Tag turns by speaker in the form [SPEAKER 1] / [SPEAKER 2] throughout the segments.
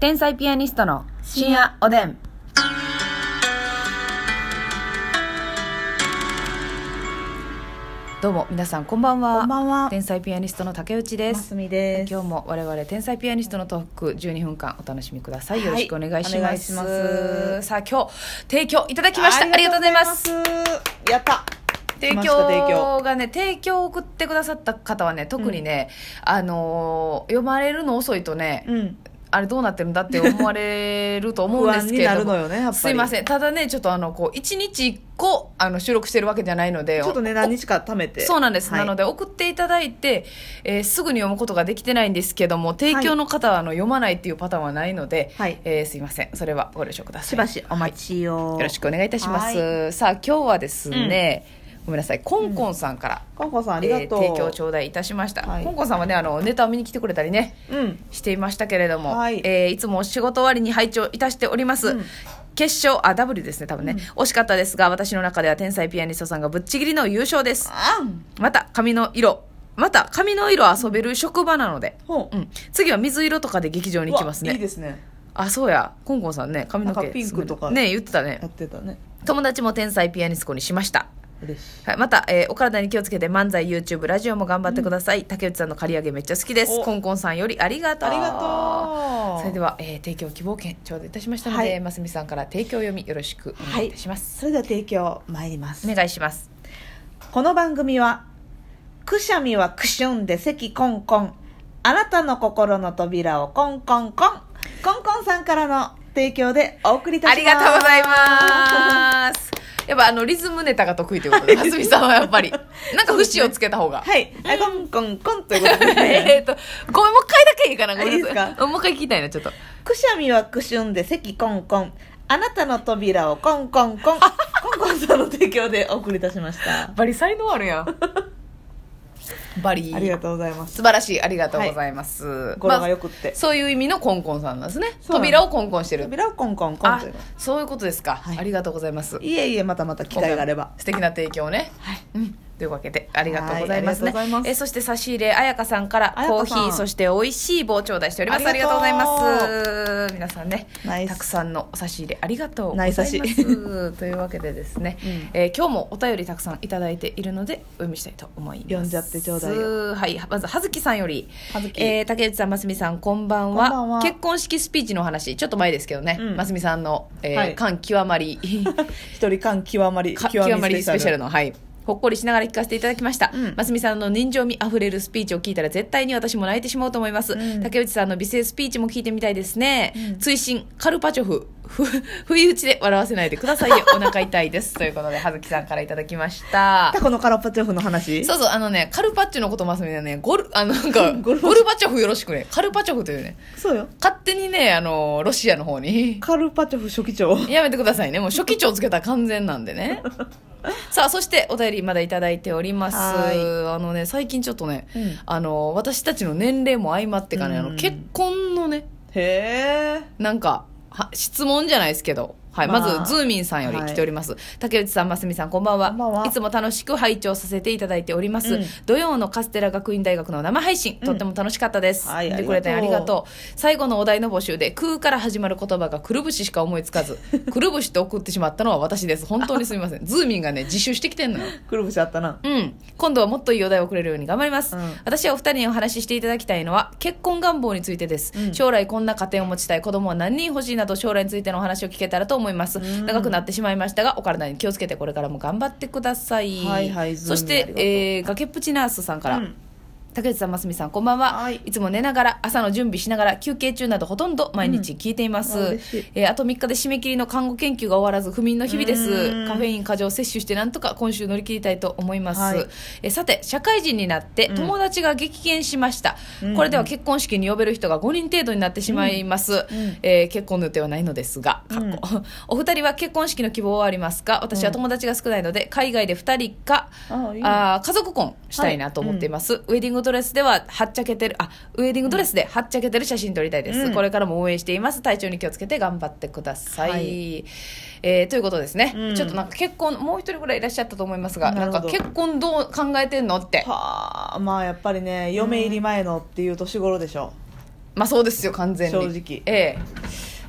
[SPEAKER 1] 天才ピアニストの深夜おでん。どうも皆さんこんばんは。
[SPEAKER 2] こんばんは。
[SPEAKER 1] 天才ピアニストの竹内で。
[SPEAKER 2] ますすみです。
[SPEAKER 1] 今日も我々天才ピアニストのトーク12分間お楽しみください。よろしくお願いし
[SPEAKER 2] はいお願
[SPEAKER 1] ま
[SPEAKER 2] い
[SPEAKER 1] す。
[SPEAKER 2] します
[SPEAKER 1] さあ今日提供いただきました。ありがとうございます。
[SPEAKER 2] ありがとうございます。やった。
[SPEAKER 1] 提
[SPEAKER 2] 来ました提
[SPEAKER 1] 供
[SPEAKER 2] 供
[SPEAKER 1] がね提供を送ってくださった方はね特にね、あのー読まれるの遅いとね、
[SPEAKER 2] うん。
[SPEAKER 1] あれどうなってるんだって思われると思うんですけれど
[SPEAKER 2] 不安になるのよ
[SPEAKER 1] も、
[SPEAKER 2] ねやっぱり
[SPEAKER 1] すいませんただねちょっとあのこう1日1個あの収録してるわけじゃないので
[SPEAKER 2] ちょっとね
[SPEAKER 1] お
[SPEAKER 2] 何日か貯めて。
[SPEAKER 1] そうなんです、
[SPEAKER 2] はい
[SPEAKER 1] なので送っていただいて、えーすぐに読むことができてないんですけども提供の方はあの読まないっていうパターンはないので、
[SPEAKER 2] はい
[SPEAKER 1] えーすいませんそれはご了承ください
[SPEAKER 2] しばしお待ちを。
[SPEAKER 1] よろしくお願いいたします、
[SPEAKER 2] は
[SPEAKER 1] さあ今日はですね、ごめんなさいコンコンさんから、
[SPEAKER 2] い。かんこさんありが
[SPEAKER 1] えー
[SPEAKER 2] とう。
[SPEAKER 1] 提供頂戴いたしました、
[SPEAKER 2] はい
[SPEAKER 1] コンコンさんはねあのネタを見に来てくれたりね
[SPEAKER 2] うん。
[SPEAKER 1] していましたけれども、
[SPEAKER 2] はい
[SPEAKER 1] えーいつもお仕事終わりに拝聴いたしております、
[SPEAKER 2] うん
[SPEAKER 1] 決勝あ W ですね多分ね、
[SPEAKER 2] うん
[SPEAKER 1] 惜しかったですが私の中では天才ピアニストさんがぶっちぎりの優勝です
[SPEAKER 2] あん。
[SPEAKER 1] また髪の色また髪の色遊べる職場なので、
[SPEAKER 2] ほ
[SPEAKER 1] うん、次は水色とかで劇場
[SPEAKER 2] う
[SPEAKER 1] に行きますね
[SPEAKER 2] うわいいですね。
[SPEAKER 1] あそうやコンコンさんね髪の毛
[SPEAKER 2] なんかピンクとか
[SPEAKER 1] ね言ってたね
[SPEAKER 2] やってたね。
[SPEAKER 1] 友達も天才ピアニストにしました
[SPEAKER 2] 嬉しい。
[SPEAKER 1] はい、また、えーお体に気をつけて漫才 YouTube ラジオも頑張ってください、竹内さんの刈り上げめっちゃ好きです
[SPEAKER 2] お
[SPEAKER 1] コンコンさんよりありがとう
[SPEAKER 2] ありがとう。
[SPEAKER 1] それでは、えー提供希望券頂戴いたしましたので、
[SPEAKER 2] はい
[SPEAKER 1] ますみさんから提供読みよろしくお願いいたします、
[SPEAKER 2] それでは提供参ります。
[SPEAKER 1] お願いします
[SPEAKER 2] この番組は、くしゃみはくしゅんで咳コンコン。あなたの心の扉をコンコンコン。コンコンさんからの提供でお送りいた
[SPEAKER 1] あ
[SPEAKER 2] し
[SPEAKER 1] り
[SPEAKER 2] ます。
[SPEAKER 1] がとうございますやっぱあのリズムネタが得意ということでますみさんはやっ ぱりなんか節をつけた方が、
[SPEAKER 2] はい。あコンコンコンというこ とで、
[SPEAKER 1] えっとごめんもう一回だけいいかなごめんなさ
[SPEAKER 2] あいいです
[SPEAKER 1] もう一回聞きたいなちょっと
[SPEAKER 2] くしゃみはくしゅんで咳コンコン。あなたの扉をコンコンコン。コンコンさんの提供でお送りいたしました。
[SPEAKER 1] バリ才能あるやんバリ
[SPEAKER 2] ありがとうございます。
[SPEAKER 1] 素晴らしいありがとうございます、
[SPEAKER 2] 語呂が良
[SPEAKER 1] ま
[SPEAKER 2] くって
[SPEAKER 1] あ、。そういう意味のコンコンさんなんですね
[SPEAKER 2] そうなんです
[SPEAKER 1] 扉をコンコンしてる
[SPEAKER 2] 扉をコンコンコン
[SPEAKER 1] あ
[SPEAKER 2] ということで
[SPEAKER 1] そういうことですか、
[SPEAKER 2] はい
[SPEAKER 1] ありがとうございます
[SPEAKER 2] いえいえ、またまた機会があれば。
[SPEAKER 1] 素敵な提供ね
[SPEAKER 2] はい。
[SPEAKER 1] うんというわけでありがとうございますね、
[SPEAKER 2] はいありがとうございます
[SPEAKER 1] えそして差し入れ彩香さんから
[SPEAKER 2] 彩
[SPEAKER 1] コー
[SPEAKER 2] 香
[SPEAKER 1] ヒ
[SPEAKER 2] さん
[SPEAKER 1] ーそして美味しい棒頂戴しておりますあ
[SPEAKER 2] あ
[SPEAKER 1] り
[SPEAKER 2] り
[SPEAKER 1] が
[SPEAKER 2] が
[SPEAKER 1] と
[SPEAKER 2] と
[SPEAKER 1] う
[SPEAKER 2] う
[SPEAKER 1] ございます皆さんね
[SPEAKER 2] ナイス
[SPEAKER 1] たくさんのお差し入れありがとうござ
[SPEAKER 2] ナ
[SPEAKER 1] い
[SPEAKER 2] イ
[SPEAKER 1] ま
[SPEAKER 2] ス差し
[SPEAKER 1] す というわけでですね、
[SPEAKER 2] うん
[SPEAKER 1] えー今日もお便りたくさんいただいているのでお読みしたいと思います
[SPEAKER 2] 読んじゃってちょうだいよ
[SPEAKER 1] はいまず葉月さんより
[SPEAKER 2] 葉月
[SPEAKER 1] えー竹内さん真澄さんこんばんは
[SPEAKER 2] こんばんは
[SPEAKER 1] 結婚式スピーチのお話ちょっと前ですけどね、
[SPEAKER 2] うん
[SPEAKER 1] 真澄さんの、えー
[SPEAKER 2] はい
[SPEAKER 1] 感極まり
[SPEAKER 2] 一人感極まり、
[SPEAKER 1] か極まりスペシャルの、はい、ほっこりしながら聞かせていただきました、
[SPEAKER 2] うん
[SPEAKER 1] 真澄さんの人情味あふれるスピーチを聞いたら絶対に私も泣いてしまうと思います、
[SPEAKER 2] うん
[SPEAKER 1] 竹内さんの美声スピーチも聞いてみたいですね、
[SPEAKER 2] うん
[SPEAKER 1] 追伸カルパチョフふ 不意打ちで笑わせないでくだ さいよお腹痛いですということで葉月さんからいただきました
[SPEAKER 2] タコのカラパチョフの話
[SPEAKER 1] そうそうあのねカルパッチョのこと真澄はねゴルあのなんか ゴ
[SPEAKER 2] ゴ
[SPEAKER 1] ル
[SPEAKER 2] ル
[SPEAKER 1] バチョフよろしくねカルパチョフというね
[SPEAKER 2] そうよ。
[SPEAKER 1] 勝手にねあのロシアの方に
[SPEAKER 2] カルパチョフ書記長。
[SPEAKER 1] やめてくださいね。もう初期長つけたら完全なんで ね。さあ、そしてお便りまだいただいております。
[SPEAKER 2] は
[SPEAKER 1] あのね、最近ちょっとね、
[SPEAKER 2] うん
[SPEAKER 1] あの、私たちの年齢も相まってかね、あ
[SPEAKER 2] う
[SPEAKER 1] の、
[SPEAKER 2] ん
[SPEAKER 1] 結婚のね、
[SPEAKER 2] へえ。
[SPEAKER 1] なんか、は質問じゃないですけど、はい、ま
[SPEAKER 2] まあ
[SPEAKER 1] ず、ズーミンさんより来ております。竹内さん、ますみさん、こんばんは。
[SPEAKER 2] こんばんはい
[SPEAKER 1] つも楽しく拝聴させていただいております。
[SPEAKER 2] うん
[SPEAKER 1] 土曜のカステラ学院大学の生配信、
[SPEAKER 2] うん
[SPEAKER 1] とっても楽しかったです。
[SPEAKER 2] はい
[SPEAKER 1] 見てくれてあ
[SPEAKER 2] あ
[SPEAKER 1] り
[SPEAKER 2] り
[SPEAKER 1] が
[SPEAKER 2] がとう
[SPEAKER 1] とう。最後のお題の募集で、空から始まる言葉がくるぶししか思いつかず、くるぶしと送ってしまったのは私です。本当にすみま せん。ズーミンがね、自習してきてんのよ。
[SPEAKER 2] くるぶしあったな。
[SPEAKER 1] うん、今度はもっといいお題をくれるように頑張ります、
[SPEAKER 2] うん
[SPEAKER 1] 私はお二人にお話ししていただきたいのは結婚願望についてです、
[SPEAKER 2] うん
[SPEAKER 1] 将来こんな家庭を持ちたい子供は何人欲しいなど将来についてのお話を聞けたらと思います、
[SPEAKER 2] ん
[SPEAKER 1] 長くなってしまいましたがお体に気をつけてこれからも頑張ってください、
[SPEAKER 2] はいはいズー
[SPEAKER 1] そ
[SPEAKER 2] ム
[SPEAKER 1] して
[SPEAKER 2] ありが、とう
[SPEAKER 1] えー、崖っぷちナースさんから、
[SPEAKER 2] うん
[SPEAKER 1] 竹内さん、ますみさん、こんばんは、
[SPEAKER 2] はい
[SPEAKER 1] い。つも寝ながら、朝の準備しながら、休憩中などほとんど毎日聞いています。
[SPEAKER 2] うんあ嬉しい
[SPEAKER 1] えーあと3日で締め切りの看護研究が終わらず、不眠の日々で
[SPEAKER 2] う
[SPEAKER 1] す。
[SPEAKER 2] ん
[SPEAKER 1] カフェイン過剰摂取して、なんとか今週乗り切りたいと思います。
[SPEAKER 2] はい
[SPEAKER 1] えーさて、社会人になって、
[SPEAKER 2] ん
[SPEAKER 1] 友達が激減しました、
[SPEAKER 2] うん
[SPEAKER 1] これでは結婚式に呼べる人が5人程度になってしまいます。
[SPEAKER 2] ん
[SPEAKER 1] えー結婚の予定はないのですが、かっこ お二人は結婚式の希望はありますか私は友達が少ないので、海外で2人か、
[SPEAKER 2] あいいね
[SPEAKER 1] あー家族婚したいなと思っています、ウェディングドレスでははっちゃけてるあウェディングドレスではっちゃけてる写真撮りたいです、
[SPEAKER 2] うん
[SPEAKER 1] これからも応援しています体調に気をつけて頑張ってください、
[SPEAKER 2] は
[SPEAKER 1] えーということですね、
[SPEAKER 2] うん
[SPEAKER 1] ちょっとなんか結婚もう一人ぐらいいらっしゃったと思いますがな
[SPEAKER 2] なんるほ
[SPEAKER 1] か
[SPEAKER 2] ど
[SPEAKER 1] 結婚どう考えてんのって
[SPEAKER 2] はあまあやっぱりね嫁入り前のっていう年頃でしょ
[SPEAKER 1] まあそうですよ完全に
[SPEAKER 2] 正直
[SPEAKER 1] ええ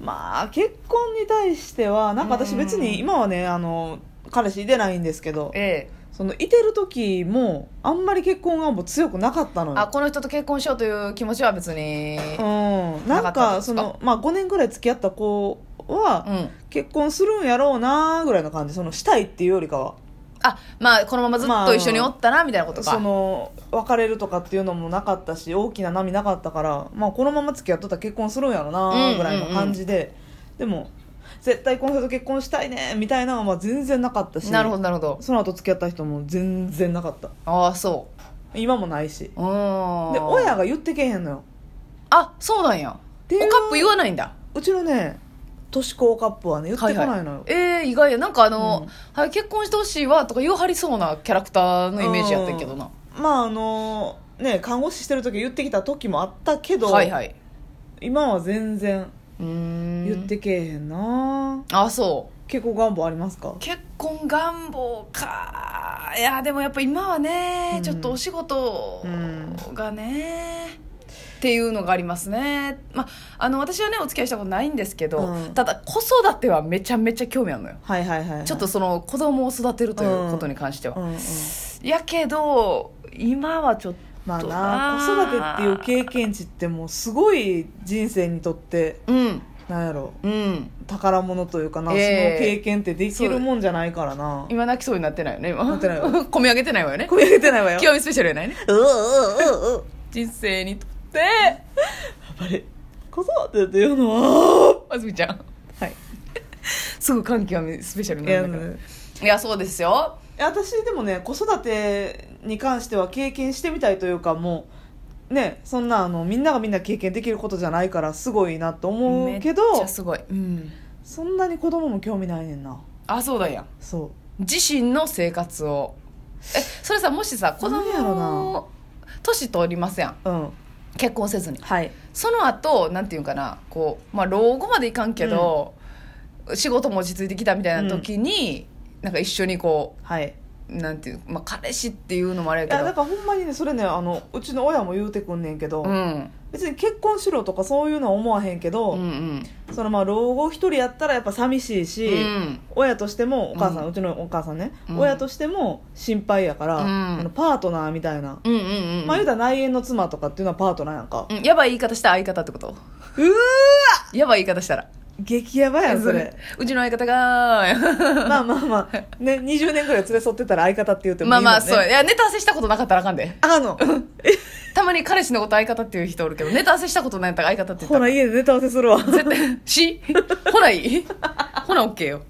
[SPEAKER 2] まあ結婚に対してはなんか私別
[SPEAKER 1] うん
[SPEAKER 2] に今はねあの彼氏いてないんですけど
[SPEAKER 1] ええ
[SPEAKER 2] そのいてる時もあんまり結婚願望強くなかったの
[SPEAKER 1] あ
[SPEAKER 2] よ
[SPEAKER 1] この人と結婚しようという気持ちは別に
[SPEAKER 2] うん、
[SPEAKER 1] なかっ
[SPEAKER 2] なん
[SPEAKER 1] たん
[SPEAKER 2] か
[SPEAKER 1] です
[SPEAKER 2] そ
[SPEAKER 1] か
[SPEAKER 2] の、まあ、5年ぐらい付き合った子
[SPEAKER 1] う
[SPEAKER 2] は
[SPEAKER 1] ん
[SPEAKER 2] 結婚するんやろうなぐらいの感じそのしたいっていうよりかは
[SPEAKER 1] あまあこのままずっと一緒におったなみたいなことか、
[SPEAKER 2] その別れるとかっていうのもなかったし大きな波なかったから、まあ、このまま付き合っとったら結婚するんやろ
[SPEAKER 1] うんうんう
[SPEAKER 2] なんぐらいの感じで、でも絶対この人と結婚したいねみたいなのはまあ全然なかったし
[SPEAKER 1] なるほどなるほど
[SPEAKER 2] その後付き合った人も全然なかった
[SPEAKER 1] ああそ
[SPEAKER 2] 今もないし
[SPEAKER 1] ううん
[SPEAKER 2] で親が言ってけへんのよ
[SPEAKER 1] あそうなんや
[SPEAKER 2] ていう
[SPEAKER 1] おカップ言わないんだ
[SPEAKER 2] うちのね年子カップはね言ってこないのよ、
[SPEAKER 1] ええ意外やなんかあの、
[SPEAKER 2] うん
[SPEAKER 1] はい、結婚してほしいわとか言わはりそうなキャラクターのイメージやったけどな、
[SPEAKER 2] まああのね看護師してる時言ってきた時もあったけど、
[SPEAKER 1] はいはい
[SPEAKER 2] 今は全然
[SPEAKER 1] うーん
[SPEAKER 2] 言ってけえへんな
[SPEAKER 1] あそう
[SPEAKER 2] 結構願望ありますか
[SPEAKER 1] 結婚願望かいやでもやっぱ今はね、
[SPEAKER 2] うん
[SPEAKER 1] ちょっとお仕事
[SPEAKER 2] うん
[SPEAKER 1] がね、っていうのがありますね、まあ、あの私はねお付き合いしたことないんですけど、
[SPEAKER 2] うん
[SPEAKER 1] ただ子育てはめちゃめちゃ興味あるのよ
[SPEAKER 2] はいはいはいはい
[SPEAKER 1] ちょっとその子供を育てるということに関しては、
[SPEAKER 2] うんうん
[SPEAKER 1] やけど今はちょっと
[SPEAKER 2] まあな子育てっていう経験値ってもうすごい人生にとって
[SPEAKER 1] うん
[SPEAKER 2] なんやろ
[SPEAKER 1] うん
[SPEAKER 2] 宝物というかな、
[SPEAKER 1] ええ
[SPEAKER 2] その経験ってできるもんじゃないからな
[SPEAKER 1] 今泣きそうになってないよね今
[SPEAKER 2] なってないわ
[SPEAKER 1] 込み上げてないわよね
[SPEAKER 2] これ言ってないわよ
[SPEAKER 1] 極みスペシャルやないね
[SPEAKER 2] ううううう
[SPEAKER 1] 人生にとって
[SPEAKER 2] やっぱり子育てっていうのは
[SPEAKER 1] あずみちゃん
[SPEAKER 2] はい
[SPEAKER 1] すぐ感極みスペシャル
[SPEAKER 2] いや
[SPEAKER 1] なんだからいや,、そうですよ
[SPEAKER 2] 私でもね子育てに関しては経験してみたいというかもうねそんなあのみんながみんな経験できることじゃないからすごいなと思うけど
[SPEAKER 1] めっちゃすごい、うん、
[SPEAKER 2] そんなに子供も興味ないねんな
[SPEAKER 1] あそうだや
[SPEAKER 2] そ
[SPEAKER 1] 自身の生活をえそれさもしさ子供
[SPEAKER 2] なんやろな
[SPEAKER 1] 年取りますやん
[SPEAKER 2] ううん
[SPEAKER 1] 結婚せずに
[SPEAKER 2] はい
[SPEAKER 1] その後なんていうんかなこう、まあ、老後までいかんけど、仕事も落ち着いてきたみたいな時に、なんか一緒にこ
[SPEAKER 2] はいいう
[SPEAKER 1] なんていう、まあ、彼氏っていうのもあれやけ
[SPEAKER 2] や
[SPEAKER 1] ど
[SPEAKER 2] だからほんまにねそれねあのうちの親も言うてくんねんけど、
[SPEAKER 1] うん
[SPEAKER 2] 別に結婚しろとかそういうのは思わへんけど、
[SPEAKER 1] うんうん
[SPEAKER 2] そのまあ老後一人やったらやっぱ寂しいし、
[SPEAKER 1] うん
[SPEAKER 2] 親としてもお母さん、
[SPEAKER 1] う
[SPEAKER 2] うちのお母さんね、
[SPEAKER 1] うん
[SPEAKER 2] 親としても心配やか
[SPEAKER 1] う
[SPEAKER 2] ら、
[SPEAKER 1] ん
[SPEAKER 2] あのパートナーみたいな、
[SPEAKER 1] うんうんうん
[SPEAKER 2] まあ言うたら内縁の妻とかっていうのはパートナーやんか、
[SPEAKER 1] うんやばい言い方したら相方ってこと
[SPEAKER 2] うわ
[SPEAKER 1] やばい言い方したら
[SPEAKER 2] 激ヤバやんそれ
[SPEAKER 1] うちの相方が
[SPEAKER 2] まあまあまあ、ね、20年ぐらい連れ添ってたら相方って言ってもいい
[SPEAKER 1] まあ
[SPEAKER 2] もん、ね、
[SPEAKER 1] まあそういやネタ合わせしたことなかったらあかんで
[SPEAKER 2] あの
[SPEAKER 1] たまに彼氏のこと相方っていう人おるけどネタ合わせしたことないんやったら相 方って言った
[SPEAKER 2] ほ
[SPEAKER 1] ら
[SPEAKER 2] ら家でネタ合わせするわ
[SPEAKER 1] 絶対しほないいほな OK よ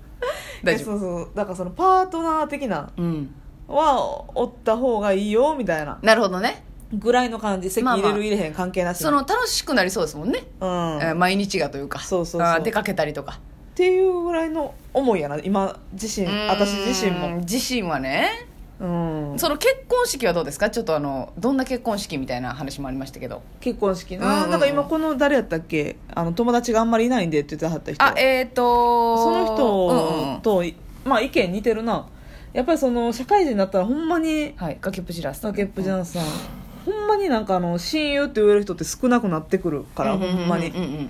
[SPEAKER 1] 大
[SPEAKER 2] いや
[SPEAKER 1] 丈
[SPEAKER 2] そうそうだからそのパートナー的な
[SPEAKER 1] 夫うん
[SPEAKER 2] はおった方がいいよみたいな
[SPEAKER 1] なるほどね
[SPEAKER 2] ぐらいの感じ席
[SPEAKER 1] まあ
[SPEAKER 2] 入
[SPEAKER 1] まあ
[SPEAKER 2] れる入れへん関係なし
[SPEAKER 1] その楽しくなりそうですもんね、
[SPEAKER 2] うん、
[SPEAKER 1] えー毎日がというか
[SPEAKER 2] そうそうそう
[SPEAKER 1] あー出かけたりとか
[SPEAKER 2] っていうぐらいの思いやな今自身
[SPEAKER 1] うーん
[SPEAKER 2] 私自身も
[SPEAKER 1] 自身はね
[SPEAKER 2] うん
[SPEAKER 1] その結婚式はどうですかちょっとあのどんな結婚式みたいな話もありましたけど
[SPEAKER 2] 結婚式
[SPEAKER 1] うんうん
[SPEAKER 2] な、
[SPEAKER 1] うん
[SPEAKER 2] なんか今この誰やったっけあの友達があんまりいないんでって言ってはった人
[SPEAKER 1] あえっ、ー、と
[SPEAKER 2] そ
[SPEAKER 1] うん
[SPEAKER 2] の
[SPEAKER 1] うん
[SPEAKER 2] 人と、まあ意見似てるなやっぱりその社会人になったらほんまに
[SPEAKER 1] はい崖っぷちラスト
[SPEAKER 2] 竹っぷじゃんさん、ほんまになんかあの親友って言える人って少なくなってくるから、
[SPEAKER 1] うんうんうん
[SPEAKER 2] ほんまに
[SPEAKER 1] ううんうん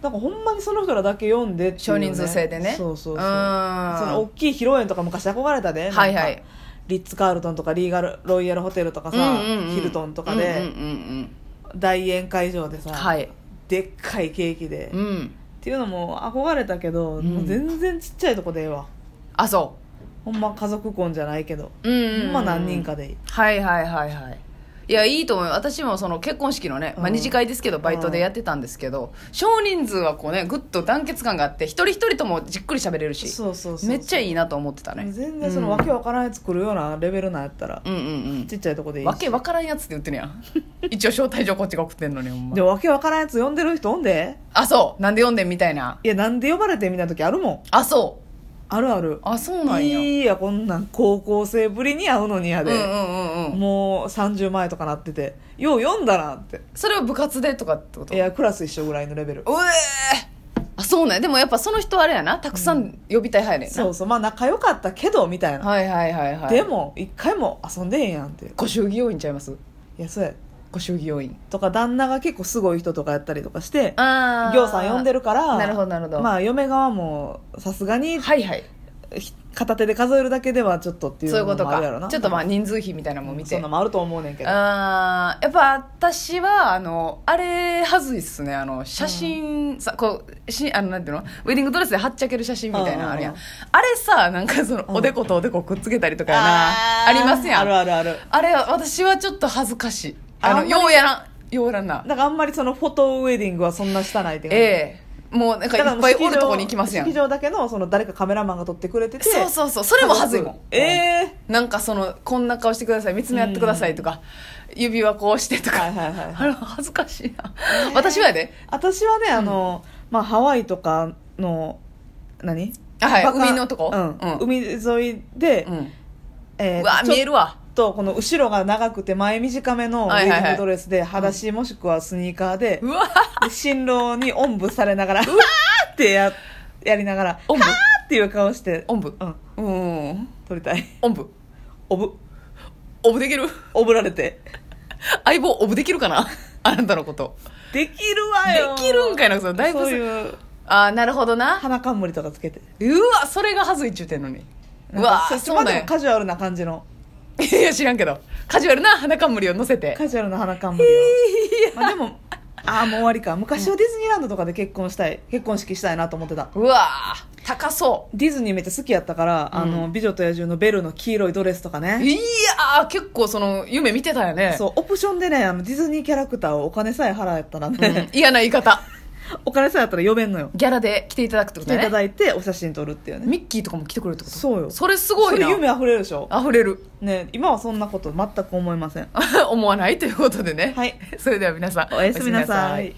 [SPEAKER 2] だからほんまにその人らだけ読んでっていう
[SPEAKER 1] 少
[SPEAKER 2] ね
[SPEAKER 1] 人数制でね
[SPEAKER 2] そうそうそうう
[SPEAKER 1] ー
[SPEAKER 2] そ
[SPEAKER 1] ん
[SPEAKER 2] の大きい披露宴とか昔憧れたで、
[SPEAKER 1] はい
[SPEAKER 2] なん
[SPEAKER 1] は
[SPEAKER 2] か
[SPEAKER 1] い
[SPEAKER 2] リッツ・カールトンとかリーガルロイヤルホテルとかさ、
[SPEAKER 1] うんうんうん
[SPEAKER 2] ヒルトンとかで、
[SPEAKER 1] うんうんうん
[SPEAKER 2] 大宴会場でさ、
[SPEAKER 1] うんはい
[SPEAKER 2] でっかいケーキで、
[SPEAKER 1] う
[SPEAKER 2] っ
[SPEAKER 1] ん
[SPEAKER 2] ていうのも憧れたけど、
[SPEAKER 1] ん
[SPEAKER 2] もう全然ちっちゃいとこでええわ
[SPEAKER 1] あそ
[SPEAKER 2] ほんま家族婚じゃないけど、
[SPEAKER 1] ううんうん、うん、
[SPEAKER 2] ほんま何人かでいい
[SPEAKER 1] はいはいはいはいいやいいと思う私もその結婚式のね、まあ、
[SPEAKER 2] うん
[SPEAKER 1] 二次会ですけどバイトでやってたんですけど、少人数はこうねグッと団結感があって一人一人ともじっくり喋れるし
[SPEAKER 2] そうそうそう
[SPEAKER 1] めっちゃいいなと思ってたね
[SPEAKER 2] 全然そのわけわからんやつ来るようなレベルなんやったら、
[SPEAKER 1] うんうん
[SPEAKER 2] ちっちゃいとこで
[SPEAKER 1] う
[SPEAKER 2] い
[SPEAKER 1] ん
[SPEAKER 2] いし
[SPEAKER 1] わけわからんやつって言ってるや ん一応招待状こっちが送ってんのにほんま
[SPEAKER 2] でもわけわからんやつ呼んでる人おんで
[SPEAKER 1] あそうなんで読んでんみたいない
[SPEAKER 2] やなんで呼ばれてみたいな時あるもん
[SPEAKER 1] あそう
[SPEAKER 2] あるある
[SPEAKER 1] あそうなんや
[SPEAKER 2] いいやこんなん高校生ぶりに会うのにや
[SPEAKER 1] うん
[SPEAKER 2] で、
[SPEAKER 1] うんうんうん
[SPEAKER 2] もう30前とかなっててよう読んだなって
[SPEAKER 1] それは部活でとかってこと
[SPEAKER 2] いやクラス一緒ぐらいのレベル
[SPEAKER 1] うえーあそうなんやでもやっぱその人あれやなたくさん呼びたい派やねんな、
[SPEAKER 2] そうそうまあ仲良かったけどみたいな、
[SPEAKER 1] はいはいはいはい
[SPEAKER 2] でも一回も遊んでへんやんって
[SPEAKER 1] ご祝儀多いんちゃいます
[SPEAKER 2] いやそうや
[SPEAKER 1] ご祝儀要員
[SPEAKER 2] とか旦那が結構すごい人とかやったりとかして
[SPEAKER 1] あ
[SPEAKER 2] 行さん呼んで
[SPEAKER 1] る
[SPEAKER 2] るから
[SPEAKER 1] なるほどなるほど、
[SPEAKER 2] まあ嫁側もさすがに
[SPEAKER 1] はいはい
[SPEAKER 2] ひ片手で数えるだけではちょっとっていう
[SPEAKER 1] そういう
[SPEAKER 2] の
[SPEAKER 1] こと
[SPEAKER 2] もあるやろ
[SPEAKER 1] か
[SPEAKER 2] な
[SPEAKER 1] ちょっとまあ人数比みたいなのも見て、
[SPEAKER 2] そんなもあると思うねんけど
[SPEAKER 1] あーやっぱ私はあのあれはずいっすねあの写真、さこうしあのなんていうのウェディングドレスではっちゃける写真みたいなのあるやん、
[SPEAKER 2] うんうん
[SPEAKER 1] あれさなんかその
[SPEAKER 2] うん
[SPEAKER 1] おでことおでこくっつけたりとかやな、ありますやん
[SPEAKER 2] あるあるある
[SPEAKER 1] あれ私はちょっと恥ずかしいあの
[SPEAKER 2] あんまり
[SPEAKER 1] ようやらんようやらんな
[SPEAKER 2] だからあんまりそのフォトウェディングはそんなしたないって感じ
[SPEAKER 1] ええもうなんかい
[SPEAKER 2] だから
[SPEAKER 1] っ
[SPEAKER 2] もう
[SPEAKER 1] ぱい
[SPEAKER 2] 式
[SPEAKER 1] お
[SPEAKER 2] 場
[SPEAKER 1] るとこに行きますやん
[SPEAKER 2] 式場だけのその誰かカメラマンが撮ってくれてて
[SPEAKER 1] そうそうそうそれも恥ずいもん
[SPEAKER 2] ええ
[SPEAKER 1] なんかそのこんな顔してください見つめ合ってくださいとか、指輪こうしてとか、
[SPEAKER 2] はいはいはい
[SPEAKER 1] あれ恥ずかしいな、私はやで
[SPEAKER 2] 私はねあの、まあハワイとかの何
[SPEAKER 1] あはい
[SPEAKER 2] バカ
[SPEAKER 1] 海のとこ
[SPEAKER 2] うん
[SPEAKER 1] うん
[SPEAKER 2] 海沿いで、
[SPEAKER 1] うん
[SPEAKER 2] えー
[SPEAKER 1] うわ
[SPEAKER 2] ちょっ
[SPEAKER 1] 見えるわ
[SPEAKER 2] とこの後ろが長くて前短めのウ
[SPEAKER 1] は
[SPEAKER 2] ェ
[SPEAKER 1] い
[SPEAKER 2] デ
[SPEAKER 1] はいはい
[SPEAKER 2] ィングドレスで裸足もしくはスニーカーで
[SPEAKER 1] うわ
[SPEAKER 2] で新郎におんぶされながら「うわ!」ってややりながら「
[SPEAKER 1] おんぶ
[SPEAKER 2] あーっていう顔して
[SPEAKER 1] おんぶ
[SPEAKER 2] うん
[SPEAKER 1] うん
[SPEAKER 2] 撮りたい
[SPEAKER 1] おんぶ
[SPEAKER 2] おぶ
[SPEAKER 1] おぶできる
[SPEAKER 2] おぶられて
[SPEAKER 1] 相棒おぶできるかなあなたのこと
[SPEAKER 2] できるわ
[SPEAKER 1] で
[SPEAKER 2] よ
[SPEAKER 1] きるんかいなそれだいぶ
[SPEAKER 2] そういう
[SPEAKER 1] ああなるほどな
[SPEAKER 2] 花冠とかつけて
[SPEAKER 1] うわそれが恥ずいっちゅうてんのにうわ
[SPEAKER 2] なんかそ
[SPEAKER 1] そう
[SPEAKER 2] ま
[SPEAKER 1] なん
[SPEAKER 2] で
[SPEAKER 1] や
[SPEAKER 2] もカジュアルな感じの
[SPEAKER 1] いや知らんけどカジュアルな花冠を乗せて
[SPEAKER 2] カジュアルな花冠を、まあ、でもああもう終わりか昔はディズニーランドとかで結婚したい結婚式したいなと思ってた
[SPEAKER 1] うわ高そ
[SPEAKER 2] ディズニーめっちゃ好きやったから「あの美女と野獣」のベルの黄色いドレスとか
[SPEAKER 1] う
[SPEAKER 2] ね
[SPEAKER 1] いやー結構その夢見てたよね
[SPEAKER 2] そうオプションでねあのディズニーキャラクターをお金さえ払えたら
[SPEAKER 1] う
[SPEAKER 2] ね
[SPEAKER 1] ん、、嫌な言い方
[SPEAKER 2] お金さえあったら呼べんのよ
[SPEAKER 1] ギャラで来ていただくってこ
[SPEAKER 2] 来
[SPEAKER 1] と
[SPEAKER 2] ていた
[SPEAKER 1] ね
[SPEAKER 2] だいてお写真撮るっていうね
[SPEAKER 1] ミッキーとかも来てくれるってこと
[SPEAKER 2] そうよ
[SPEAKER 1] それすごいな
[SPEAKER 2] それ夢あふれるでしょ
[SPEAKER 1] 溢れる
[SPEAKER 2] ね今はそんなこと全く思いません
[SPEAKER 1] 思わないということでね、
[SPEAKER 2] はい
[SPEAKER 1] それでは皆さん
[SPEAKER 2] おやすみなさ
[SPEAKER 1] おや
[SPEAKER 2] い